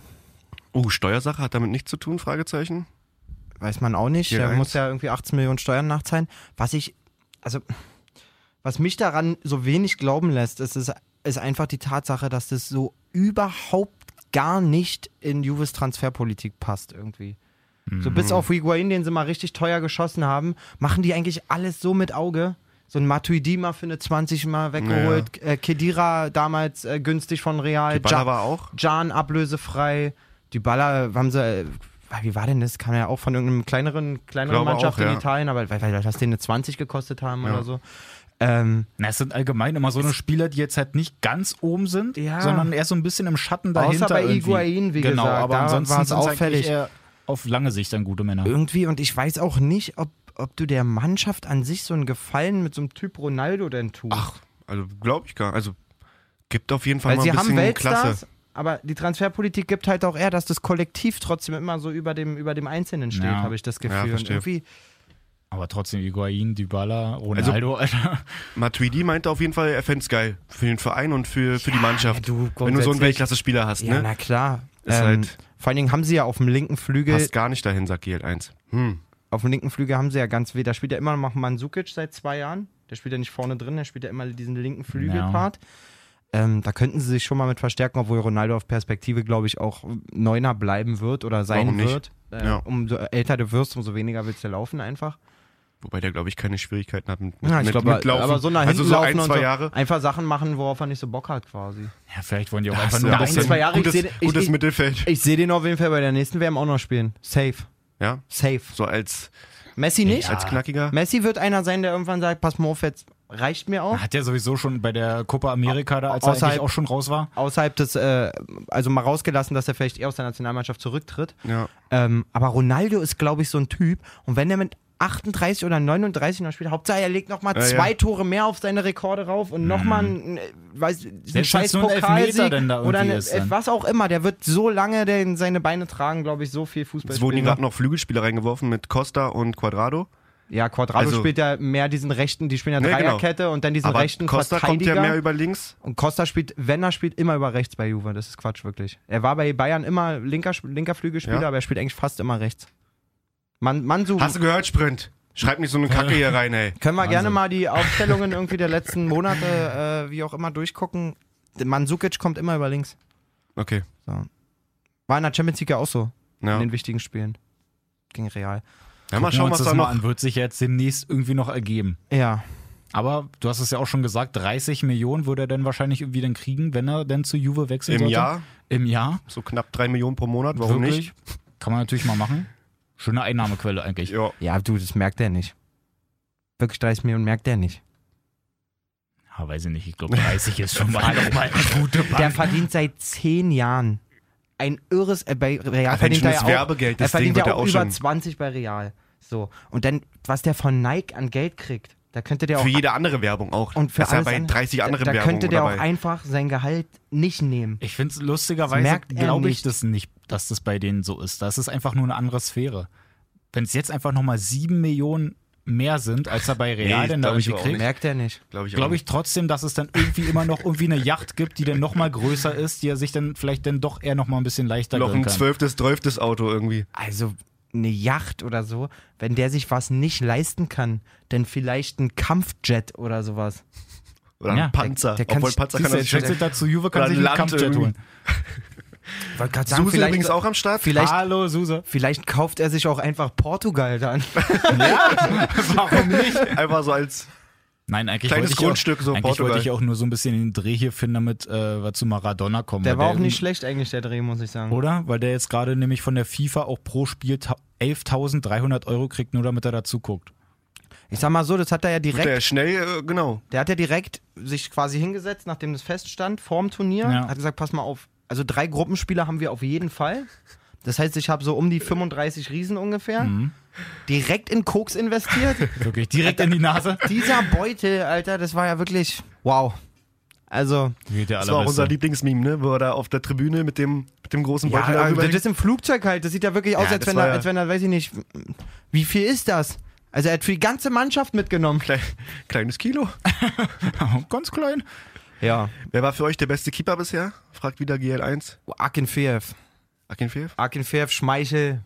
Oh, Steuersache hat damit nichts zu tun? Fragezeichen. weiß man auch nicht, Hier er rein. muss ja irgendwie 18 Millionen Steuern nachzahlen. Was ich, also, was mich daran so wenig glauben lässt, ist, ist, ist einfach die Tatsache, dass das so überhaupt gar nicht in Juves Transferpolitik passt irgendwie. So bis auf Higuain, den sie mal richtig teuer geschossen haben, machen die eigentlich alles so mit Auge. So ein Matuidi mal für eine 20 mal weggeholt, äh, Kedira damals äh, günstig von Real, Dybala Ja- war auch. Jan ablösefrei. Die Baller haben sie. äh, Wie war denn das? Kam ja auch von irgendeinem kleineren, kleineren Glaube Mannschaft auch, in ja. Italien, aber weil, weil das denen eine 20 gekostet haben Ja. oder so. Ähm, Na, es sind allgemein immer so eine Spieler, die jetzt halt nicht ganz oben sind, Ja. sondern eher so ein bisschen im Schatten dahinter. Außer bei irgendwie. Higuain, wie genau, gesagt, aber da ansonsten war's sind's eigentlich auffällig. eher auf lange Sicht dann gute Männer. irgendwie, und ich weiß auch nicht, ob, ob du der Mannschaft an sich so einen Gefallen mit so einem Typ Ronaldo denn tust. Ach, also glaube ich gar Also gibt auf jeden Fall weil mal sie ein haben bisschen Weltstars, Klasse. aber die Transferpolitik gibt halt auch eher, dass das Kollektiv trotzdem immer so über dem, über dem Einzelnen steht, Ja. habe ich das Gefühl. und verstehe. irgendwie Aber trotzdem Higuain, Dybala, Also Ronaldo, Alter. Matuidi meinte auf jeden Fall, er fänd's geil. Für den Verein und für, für die Mannschaft. du Wenn du so einen grundsätzlich- Weltklasse-Spieler hast, Ja, ne? na klar. Ähm, Ist halt- vor allen Dingen haben sie ja auf dem linken Flügel, Passt gar nicht dahin, sagt Geld 1. Hm. auf dem linken Flügel haben sie ja ganz weh. Da spielt ja immer noch Mandzukic seit zwei Jahren. Der spielt ja nicht vorne drin, der spielt ja immer diesen linken Flügelpart. Ähm, da könnten sie sich schon mal mit verstärken, obwohl Ronaldo auf Perspektive, glaube ich, auch Neuner bleiben wird oder sein Warum nicht? wird. Äh, Ja. Umso älter du wirst, umso weniger willst du laufen einfach. Wobei der, glaube ich, keine Schwierigkeiten hat mit, mit, Ja, ich mit, glaube, mit Laufen. aber so nach hinten also so ein, laufen und zwei so. Jahre. Einfach Sachen machen, worauf er nicht so Bock hat quasi. Ja, vielleicht wollen die auch Da einfach hast nur du ein ein bisschen- bisschen. zwei Jahre, ich gutes, sehe- ich- gutes ich- Mittelfeld. Ich sehe den auf jeden Fall bei der nächsten WM auch noch spielen. Safe. Ja, Safe. so als, Messi nicht? als knackiger. Messi wird einer sein, der irgendwann sagt, pass mal auf, jetzt reicht mir auch. Hat der sowieso schon bei der Copa America da, als er Außerhalb- eigentlich auch schon raus war? Außerhalb des, äh, also mal rausgelassen, dass er vielleicht eher aus der Nationalmannschaft zurücktritt. Ja. Ähm, aber Ronaldo ist, glaube ich, so ein Typ. Und wenn er mit 38 oder 39 noch spielt, Hauptsache er legt nochmal Ja, Mhm. ja. zwei Tore mehr auf seine Rekorde rauf und nochmal ein, äh, weiß, ein halt wenn's scheiß nur ein Elfmeter Pokalsieg denn da oder irgendwie eine, ist dann. was auch immer. Der wird so lange den, seine Beine tragen, glaube ich, so viel Fußball Es wurden spielen. gerade noch Flügelspieler reingeworfen mit Costa und Quadrado. Ja, Quadrado Also- spielt ja mehr diesen rechten, die spielen ja Nee, genau. Dreierkette und dann diesen Aber rechten Costa kommt Verteidiger. ja mehr über links. und Costa spielt, wenn er spielt, immer über rechts bei Juve. Das ist Quatsch, wirklich. Er war bei Bayern immer linker, Sp- linker Flügelspieler, Ja. aber er spielt eigentlich fast immer rechts. Man, Mansu, Hast du gehört, Sprint? Schreib nicht so eine Kacke hier rein, ey. können wir Wahnsinn. gerne mal die Aufstellungen irgendwie der letzten Monate, äh, wie auch immer, durchgucken. Mansukic kommt immer über links. Okay. War in der Champions League ja auch so, Ja. in den wichtigen Spielen. Gegen Real. ja Gucken mal wir schauen, uns was das da noch. an. Wird sich jetzt demnächst irgendwie noch ergeben. Ja, Aber du hast es ja auch schon gesagt, 30 Millionen würde er dann wahrscheinlich irgendwie dann kriegen, wenn er dann zu Juve wechseln Im sollte. Jahr Im Jahr. so knapp drei Millionen pro Monat. Warum Wirklich? Kann man natürlich mal machen. Schöne Einnahmequelle eigentlich. nicht? Ja. ja, du, das merkt er nicht. Wirklich 30 Millionen merkt er nicht. Ja, Ah, weiß ich nicht. Ich glaube, 30 ist schon mal nochmal eine gute Der Bank. verdient seit zehn Jahren ein irres, äh, bei Real Allein verdient schon er das ja auch, Werbegeld, er das verdient Ding wird ja er auch auch über schon- 20 bei Real. So. Und dann, was der von Nike an Geld kriegt, da könnte der auch, Für jede andere Werbung auch. und für das ist ja alles bei an- 30 da, anderen da Werbungen könnte der auch dabei. einfach sein Gehalt nicht nehmen. Ich finde es lustigerweise, merkt er glaube ich, nicht. das nicht, dass das bei denen so ist. Das ist einfach nur eine andere Sphäre. Wenn es jetzt einfach nochmal 7 Millionen mehr sind, als er bei Real Nee, denn da glaub ich irgendwie aber auch kriegt, Merkt er nicht. Glaube ich, auch glaube nicht. ich trotzdem, dass es dann irgendwie immer noch irgendwie eine Yacht gibt, die dann nochmal größer ist, die er sich dann vielleicht dann doch eher nochmal ein bisschen leichter Noch gönnen ein kann. zwölftes, zwölftes Auto irgendwie. Also eine Yacht oder so, wenn der sich was nicht leisten kann, dann vielleicht ein Kampfjet oder sowas. Oder ein Ja. Panzer. Der- der kann Obwohl sich- Panzer kann Siehst du, er jetzt sich wechselt er zu Juve, Oder kann ein sich einen Land Kampfjet irgendwie. holen. Wollte gerade Suse übrigens auch am Start. vielleicht- Hallo, Suse. Vielleicht kauft er sich auch einfach Portugal dann. Warum nicht? Einfach so als. Nein, eigentlich Kleines wollte ich Grundstück, auch, so eigentlich Portugal. wollte ich auch nur so ein bisschen den Dreh hier finden, damit äh, wir zu Maradona kommen. Der weil war auch nicht schlecht eigentlich, der Dreh, muss ich sagen. Oder? Weil der jetzt gerade nämlich von der FIFA auch pro Spiel ta- 11.300 Euro kriegt, nur damit er dazu guckt. Ich sag mal so, das hat er ja direkt, Der schnell, äh, genau. der hat ja direkt sich quasi hingesetzt, nachdem das feststand, vorm Turnier, Ja. hat gesagt, pass mal auf, also drei Gruppenspieler haben wir auf jeden Fall. Das heißt, ich habe so um die 35 Riesen ungefähr. Direkt in Koks investiert. Wirklich direkt in die Nase. Dieser Beutel, Alter, das war ja wirklich wow. Also, Geht der Das war auch unser Allerbeste. Lieblingsmeme, ne? Wo er da auf der Tribüne mit dem, mit dem großen ja, also Beutel da das rüber ist im Flugzeug halt. Das sieht ja wirklich aus, Ja, als, das wenn war er, ja- als wenn er, weiß ich nicht, wie viel ist das? Also, er hat für die ganze Mannschaft mitgenommen. hängt. Kleines Kilo. Ganz klein. Ja. Wer war für euch der beste Keeper bisher? Fragt wieder GL1. Akinfeev. Akinfeev. Akinfeev, Schmeichel,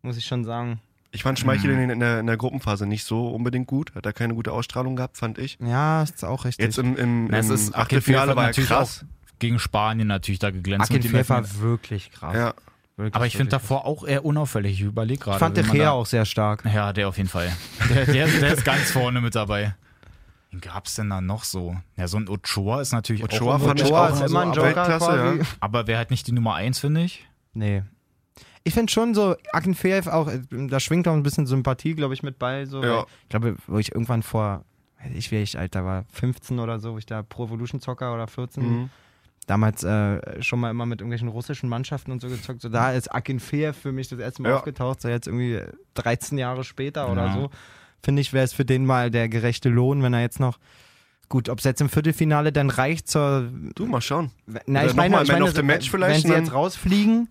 muss ich schon sagen. Ich fand Schmeichel Mhm. in, in, der, in der Gruppenphase nicht so unbedingt gut. Hat da keine gute Ausstrahlung gehabt, fand ich. Ja, ist auch richtig. Jetzt im, im, im Na, es ist Achtelfinale Ähm, Akinfeev war er hat natürlich krass. Gegen Spanien natürlich da geglänzt. mit dem Akinfeev war Elfmeter. wirklich krass. Ja. Wirklich, Aber ich finde wirklich. davor auch eher unauffällig. Ich überlege gerade. Ich fand wenn der man Gea da- auch sehr stark. Ja, der auf jeden Fall. Der, der, der ist ganz vorne mit dabei. Wen gab's denn da noch so? Ja, so ein Ochoa ist natürlich Ochoa auch fand ich Joa auch ist so, immer ein aber- Joker Weltklasse, quasi. ja. Aber wer halt nicht die Nummer 1, finde ich? Nee. Ich finde schon so, Akinfeev auch, äh, da schwingt auch ein bisschen Sympathie, glaube ich, mit bei. So, Ja. weil Ich glaube, wo ich irgendwann vor, weiß ich wie ich alter war, 15 oder so, wo ich da Pro Evolution Zocker oder 14, Mhm. damals äh, schon mal immer mit irgendwelchen russischen Mannschaften und so gezockt. So, da ist Akinfeev für mich das erste Mal Ja. aufgetaucht, so jetzt irgendwie 13 Jahre später oder Ja. so. Finde ich, wäre es für den mal der gerechte Lohn, wenn er jetzt noch. Gut, ob es jetzt im Viertelfinale dann reicht zur. Du, mal schauen. Na, Oder ich meine, nochmal ich Man meine of the Match vielleicht, wenn sie dann- jetzt rausfliegen,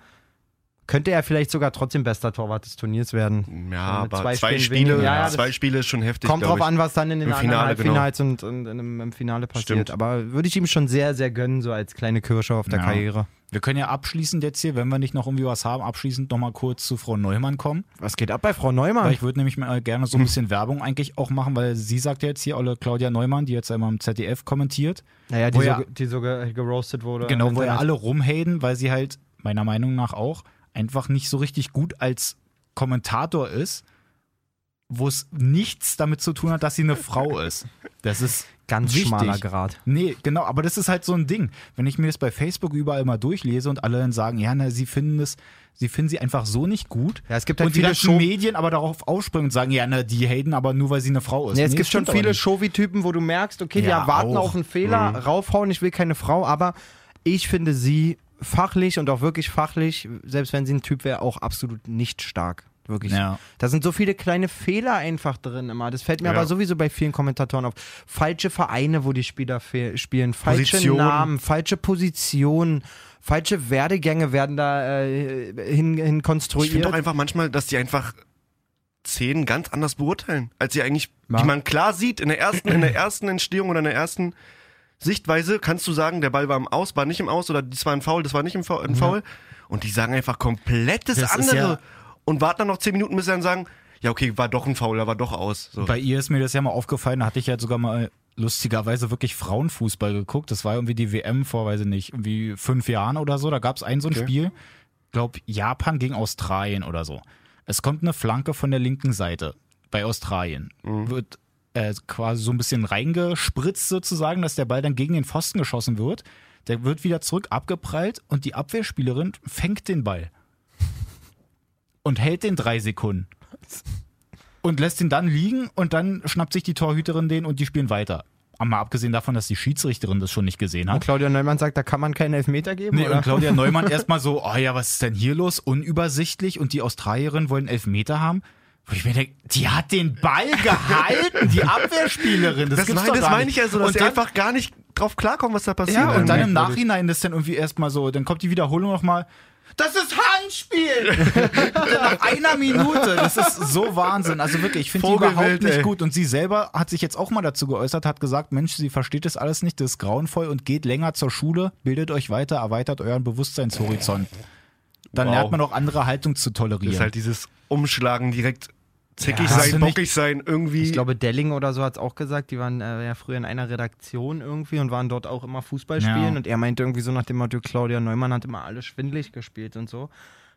Könnte er vielleicht sogar trotzdem bester Torwart des Turniers werden. Ja, Mit aber zwei zwei, Spielen Spiele, weniger. Ja, ja, zwei Spiele ist schon heftig. Kommt glaub drauf ich. an, was dann in den Im anderen Finale, genau. Halbfinals und, und, und im, im Finale passiert. Stimmt. Aber würde ich ihm schon sehr, sehr gönnen, so als kleine Kirsche auf der Ja. Karriere. Wir können ja abschließend jetzt hier, wenn wir nicht noch irgendwie was haben, abschließend nochmal kurz zu Frau Neumann kommen. Was geht ab bei Frau Weil Neumann? ich würde nämlich mal gerne so ein bisschen Werbung eigentlich auch machen, weil sie sagt ja jetzt hier, alle Claudia Neumann, die jetzt einmal im ZDF kommentiert, Naja, die, Wo so, ja- ge- die so ge geroastet wurde. Also genau, im wo ja Internet. alle rumhaden, weil sie halt meiner Meinung nach auch einfach nicht so richtig gut als Kommentator ist, wo es nichts damit zu tun hat, dass sie eine Frau ist. Das ist Ganz wichtig. schmaler Grad. Nee, genau, aber das ist halt so ein Ding. Wenn ich mir das bei Facebook überall mal durchlese und alle dann sagen, ja, na, sie finden es, sie finden sie einfach so nicht gut. Ja, es gibt halt und die viele ganzen Show- Medien aber darauf aufspringen und sagen, ja, na, die haten aber nur, weil sie eine Frau ist. Nee, es Nee, gibt das schon stimmt aber viele nicht. Mhm. Shovi-Typen, wo du merkst, okay, die Ja, erwarten auch, auch. einen Fehler, raufhauen, ich will keine Frau, aber ich finde sie fachlich und auch wirklich fachlich, selbst wenn sie ein Typ wäre, auch absolut nicht stark. Wirklich. Ja. Da sind so viele kleine Fehler einfach drin immer. Das fällt mir Ja. aber sowieso bei vielen Kommentatoren auf. Falsche Vereine, wo die Spieler fe- spielen, falsche Position. Namen, falsche Positionen, falsche Werdegänge werden da äh, hin, hin Ich finde doch konstruiert. einfach manchmal, dass die einfach Szenen ganz anders beurteilen, als sie eigentlich, Ja. die man klar sieht, in der ersten, in der ersten Entstehung oder in der ersten Sichtweise kannst du sagen, der Ball war im Aus, war nicht im Aus oder das war ein Foul, das war nicht im Foul. Ein Foul. Und die sagen einfach komplettes Das ist andere ja- und warten dann noch zehn Minuten, bis sie dann sagen, ja okay, war doch ein Foul, da war doch aus. So. Bei ihr ist mir das ja mal aufgefallen, da hatte ich ja sogar mal lustigerweise wirklich Frauenfußball geguckt. Das war irgendwie die WM vor, weiß ich nicht, irgendwie fünf Jahren oder so. Da gab es ein so ein Spiel, glaube Japan gegen Australien oder so. Es kommt eine Flanke von der linken Seite bei Australien. Wird äh, quasi so ein bisschen reingespritzt sozusagen, dass der Ball dann gegen den Pfosten geschossen wird. Der wird wieder zurück abgeprallt und die Abwehrspielerin fängt den Ball und hält den drei Sekunden und lässt ihn dann liegen und dann schnappt sich die Torhüterin den und die spielen weiter. Aber Mal abgesehen davon, dass die Schiedsrichterin das schon nicht gesehen hat. Claudia Neumann sagt, da kann man keinen Elfmeter geben. Nee, oder? und Claudia Neumann erstmal so, oh ja, was ist denn hier los? Unübersichtlich und die Australierinnen wollen Elfmeter haben. Wo ich mir denke, die hat den Ball gehalten, die Abwehrspielerin. Das, das gibt's mein, doch das gar meine nicht. ich also, dass und die dann, einfach gar nicht drauf klarkommen, was da passiert. ja, und dann im Merkwürdig. Nachhinein ist dann irgendwie erstmal so, dann kommt die Wiederholung nochmal. Das ist Handspiel! Nach einer Minute. Das ist so Wahnsinn. Also wirklich, ich finde die Vogelwild, überhaupt nicht ey. gut. Und sie selber hat sich jetzt auch mal dazu geäußert, hat gesagt, Mensch, sie versteht das alles nicht, das ist grauenvoll und geht länger zur Schule, bildet euch weiter, erweitert euren Bewusstseinshorizont. Dann Wow. lernt man auch andere Haltung zu tolerieren. Das ist halt dieses Umschlagen direkt Ja, zickig hast du sein, nicht- bockig sein, irgendwie. Ich glaube, Delling oder so hat es auch gesagt, die waren äh, ja früher in einer Redaktion irgendwie und waren dort auch immer Fußball spielen. Ja. Und er meinte irgendwie so nach dem Motto, Claudia Neumann hat immer alles schwindelig gespielt und so.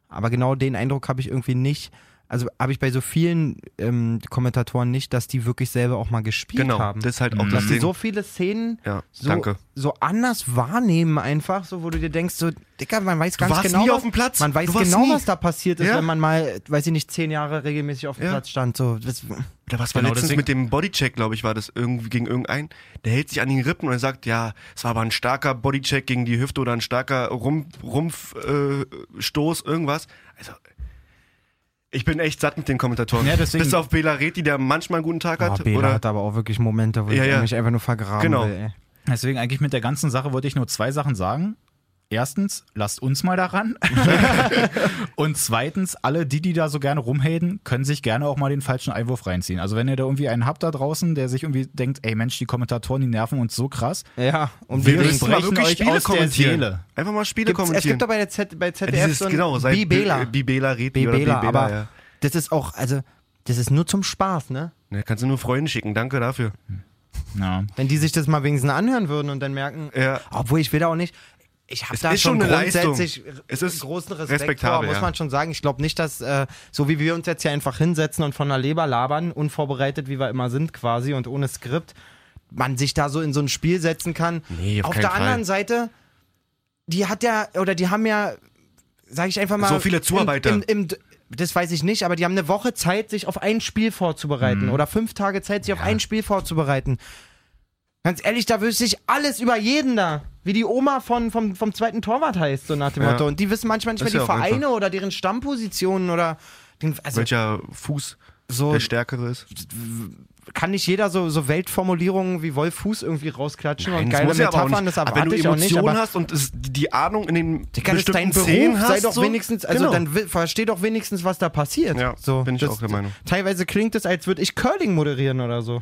Aber genau den Eindruck habe ich irgendwie nicht. Also habe ich bei so vielen ähm, Kommentatoren nicht, dass die wirklich selber auch mal gespielt genau, haben. das ist Mhm. halt auch dass das die Ding. so viele Szenen ja, so, danke. so anders wahrnehmen einfach, so wo du dir denkst, so, Dicker, man weiß ganz warst genau, nie was, auf dem Platz. man weiß Du warst genau, nie. was da passiert ist, Ja. wenn man mal, weiß ich nicht, zehn Jahre regelmäßig auf dem Ja. Platz stand. So, das, Oder was war Genau, letztens deswegen- mit dem Bodycheck, glaube ich, war das irgendwie gegen irgendeinen. Der hält sich an den Rippen und er sagt, ja, es war aber ein starker Bodycheck gegen die Hüfte oder ein starker Rumpfstoß, Rumpf, äh, Stoß, irgendwas. Also, ich bin echt satt mit den Kommentatoren. Ja, deswegen- Bis auf Bela Reti, der manchmal einen guten Tag Oh, hat. Bela oder hat aber auch wirklich Momente, wo Ja, ich ja. mich einfach nur vergraben Genau. will. Ey. Deswegen eigentlich mit der ganzen Sache wollte ich nur zwei Sachen sagen. Erstens, lasst uns mal daran. und zweitens, alle die, die da so gerne rumhaten, können sich gerne auch mal den falschen Einwurf reinziehen. Also wenn ihr da irgendwie einen habt da draußen, der sich irgendwie denkt, ey Mensch, die Kommentatoren, die nerven uns so krass. Ja, und Wir wir müssen mal wirklich Spiele kommentieren. Einfach mal Spiele gibt's, es kommentieren. gibt doch bei, der Z, bei ZDF ja, dieses, so ein genau, seit Bibela. Bibela Reti oder Bibela, Bibela, aber ja. das ist auch, also, das ist nur zum Spaß, ne? Ne, kannst du nur Freunde schicken, danke dafür. Ja. Wenn die sich das mal wenigstens anhören würden und dann merken, Ja. obwohl ich will da auch nicht, ich habe Es da ist schon eine grundsätzlich Leistung. Es ist großen Respekt vor, respektabel, muss ja. man schon sagen. Ich glaube nicht, dass, äh, so wie wir uns jetzt hier einfach hinsetzen und von der Leber labern, unvorbereitet, wie wir immer sind quasi und ohne Skript, man sich da so in so ein Spiel setzen kann. Nee, auf auf keinen der Fall. anderen Seite, die hat ja, oder die haben ja, sag ich einfach mal. So viele Zuarbeiter. Im, im, im, das weiß ich nicht, aber die haben eine Woche Zeit, sich auf ein Spiel vorzubereiten. Mhm. Oder fünf Tage Zeit, sich auf ein Spiel vorzubereiten. Ganz ehrlich, da wüsste ich alles über jeden da. Wie die Oma von, vom, vom zweiten Torwart heißt, so nach dem Ja. Motto. Und die wissen manchmal nicht Ist mehr ja die auch einfach. Vereine oder deren Stammpositionen oder. den- Also, Welcher Fuß so, der stärkere ist. kann nicht jeder so, so Weltformulierungen wie Wolf Fuß irgendwie rausklatschen Nein, und das geile muss ja aber auch Metaphern, nicht. das aber wenn erwarte du ich auch nicht. Emotionen Aber hast und es, die Ahnung in den Digga, das ist dein bestimmten Beruf, Szenen hast, sei doch so, wenigstens, also genau. dann will, versteh doch wenigstens, was da passiert. Ja, so, bin ich das, auch der Meinung. Teilweise klingt es, als würde ich Curling moderieren oder so.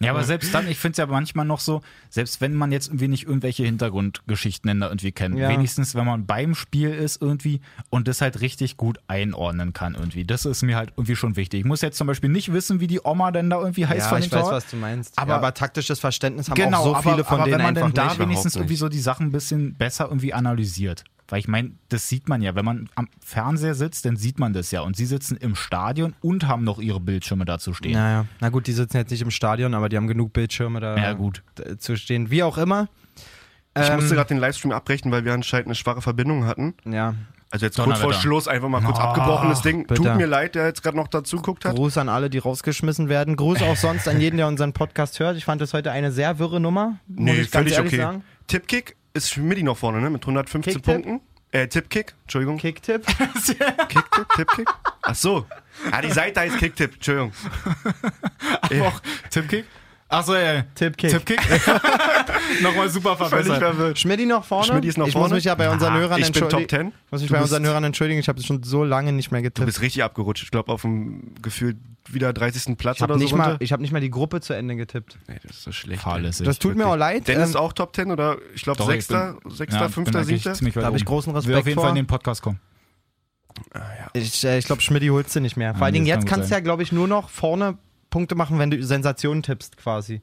Ja, Mhm. aber selbst dann, ich finde es ja manchmal noch so, selbst wenn man jetzt irgendwie nicht irgendwelche Hintergrundgeschichten denn da irgendwie kennt, Ja. wenigstens wenn man beim Spiel ist irgendwie und das halt richtig gut einordnen kann irgendwie. Das ist mir halt irgendwie schon wichtig. Ich muss jetzt zum Beispiel nicht wissen, wie die Oma denn da irgendwie heißt von dem Tor. du meinst. Aber- Aber, taktisches Verständnis haben genau, auch so aber, viele von aber wenn denen man einfach denn da nicht. wenigstens Überhaupt irgendwie nicht. so die Sachen ein bisschen besser irgendwie analysiert. Weil ich meine, das sieht man ja. Wenn man am Fernseher sitzt, dann sieht man das ja. Und sie sitzen im Stadion und haben noch ihre Bildschirme dazu stehen. Naja, na gut, die sitzen jetzt nicht im Stadion, aber die haben genug Bildschirme da Ja, gut. d- zu stehen. Wie auch immer. Ich Ähm, musste gerade den Livestream abbrechen, weil wir anscheinend eine schwache Verbindung hatten. ja, Also jetzt kurz vor Donnerwetter. Schluss einfach mal kurz abgebrochenes Ding. bitte. Tut mir leid, der jetzt gerade noch dazu geguckt hat. Gruß an alle, die rausgeschmissen werden. Gruß auch sonst an jeden, der unseren Podcast hört. Ich fand das heute eine sehr wirre Nummer. Muss Nee, ich ganz völlig ehrlich okay. sagen. Tippkick ist Schmidti noch vorne, ne? Mit 115 Kicktipp? Punkten. Äh, Tippkick, Entschuldigung. Kicktipp. Kicktipp, Tippkick. Ach so. Ja, die Seite heißt Kicktipp, Entschuldigung. Auch Tippkick? Achso, ja. Tippkick. Nochmal super Äh, Völlig verbessert. verwirrt. Schmidti noch vorne. Schmidti ist noch ich vorne. muss mich ja bei unseren Ah, Hörern ich bin entschuldigen. Top 10. Muss mich Du bei bist- unseren Hörern entschuldigen. Ich habe schon so lange nicht mehr Du getippt. bist richtig abgerutscht. Ich glaube, auf dem gefühlt wieder 30. Platz Ich habe oder nicht, so. mal- runter. ich hab nicht mal die Gruppe zu Ende getippt. nee, das ist so schlecht. Fahrlässig. Das tut mir auch leid. Dennis Ähm, auch Top 10 oder ich glaube Doch, ich 6., bin- 6., 5., 7.? Da habe ich großen Will Respekt auf jeden vor. Fall in den Podcast kommen. Ich, äh, ich glaube, Schmidti holst du nicht mehr. Vor allen nee, Dingen das kann jetzt gut kannst du sein. ja, glaube ich, nur noch vorne Punkte machen, wenn du Sensationen tippst, quasi.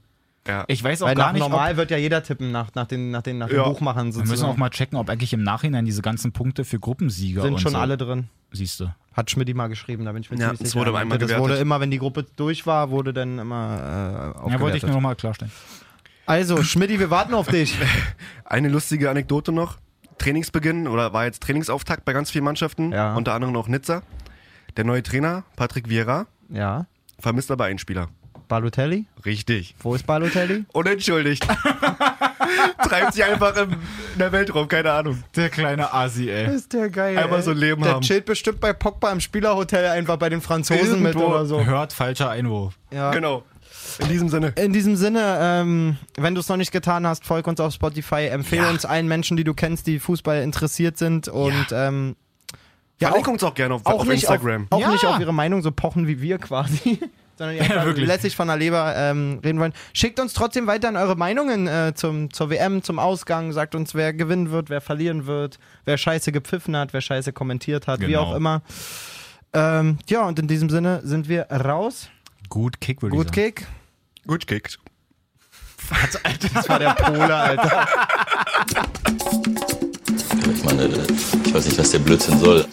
Ja. Ich weiß auch Weil gar nach nicht, ob, normal wird ja jeder tippen, nach, nach den, nach den, nach den Ja. Buchmachern wir müssen auch sozusagen. mal checken, ob eigentlich im Nachhinein diese ganzen Punkte für Gruppensieger Sind und schon so, alle drin. Siehst du. Hat Schmidti mal geschrieben, da bin ich mir Ja, ziemlich es sicher. wurde aber einmal das gewertet. wurde immer, wenn die Gruppe durch war, wurde dann immer äh, Ja, wollte ich aufgewertet. nur nochmal klarstellen. also, Schmidti, wir warten auf dich. Eine lustige Anekdote noch. Trainingsbeginn oder war jetzt Trainingsauftakt bei ganz vielen Mannschaften, Ja. unter anderem auch Nizza. Der neue Trainer, Patrick Vieira, ja. vermisst aber einen Spieler. Balotelli? Richtig. Wo ist Balotelli? Unentschuldigt. Treibt sich einfach im, in der Welt rum, keine Ahnung. Der kleine Asi, ey. Ist der geil. Einmal ey. so ein Leben der haben. chillt bestimmt bei Pogba im Spielerhotel einfach bei den Franzosen mit Irgendwo. oder so. Hört falscher Einwurf. Ja. Genau. In diesem Sinne. In diesem Sinne, ähm, wenn du es noch nicht getan hast, folg uns auf Spotify, empfehle uns allen Menschen, die du kennst, die Fußball interessiert sind und ähm, ja, Ja, Verlinke uns auch gerne auf, auf nicht Instagram. Auf, auch Ja. nicht auf ihre Meinung so pochen wie wir quasi, sondern die einfach wirklich. lässig von der Leber ähm, reden wollen. Schickt uns trotzdem weiterhin eure Meinungen äh, zum, zur WM, zum Ausgang. Sagt uns, wer gewinnen wird, wer verlieren wird, wer scheiße gepfiffen hat, wer scheiße kommentiert hat, wie Genau. auch immer. Ähm, ja, und in diesem Sinne sind wir raus. Gut Kick, würde ich Gut sagen. Kick. Gut Kicks. Das war der Poler, Alter. äh, Ich meine, ich weiß nicht, was der Blödsinn soll.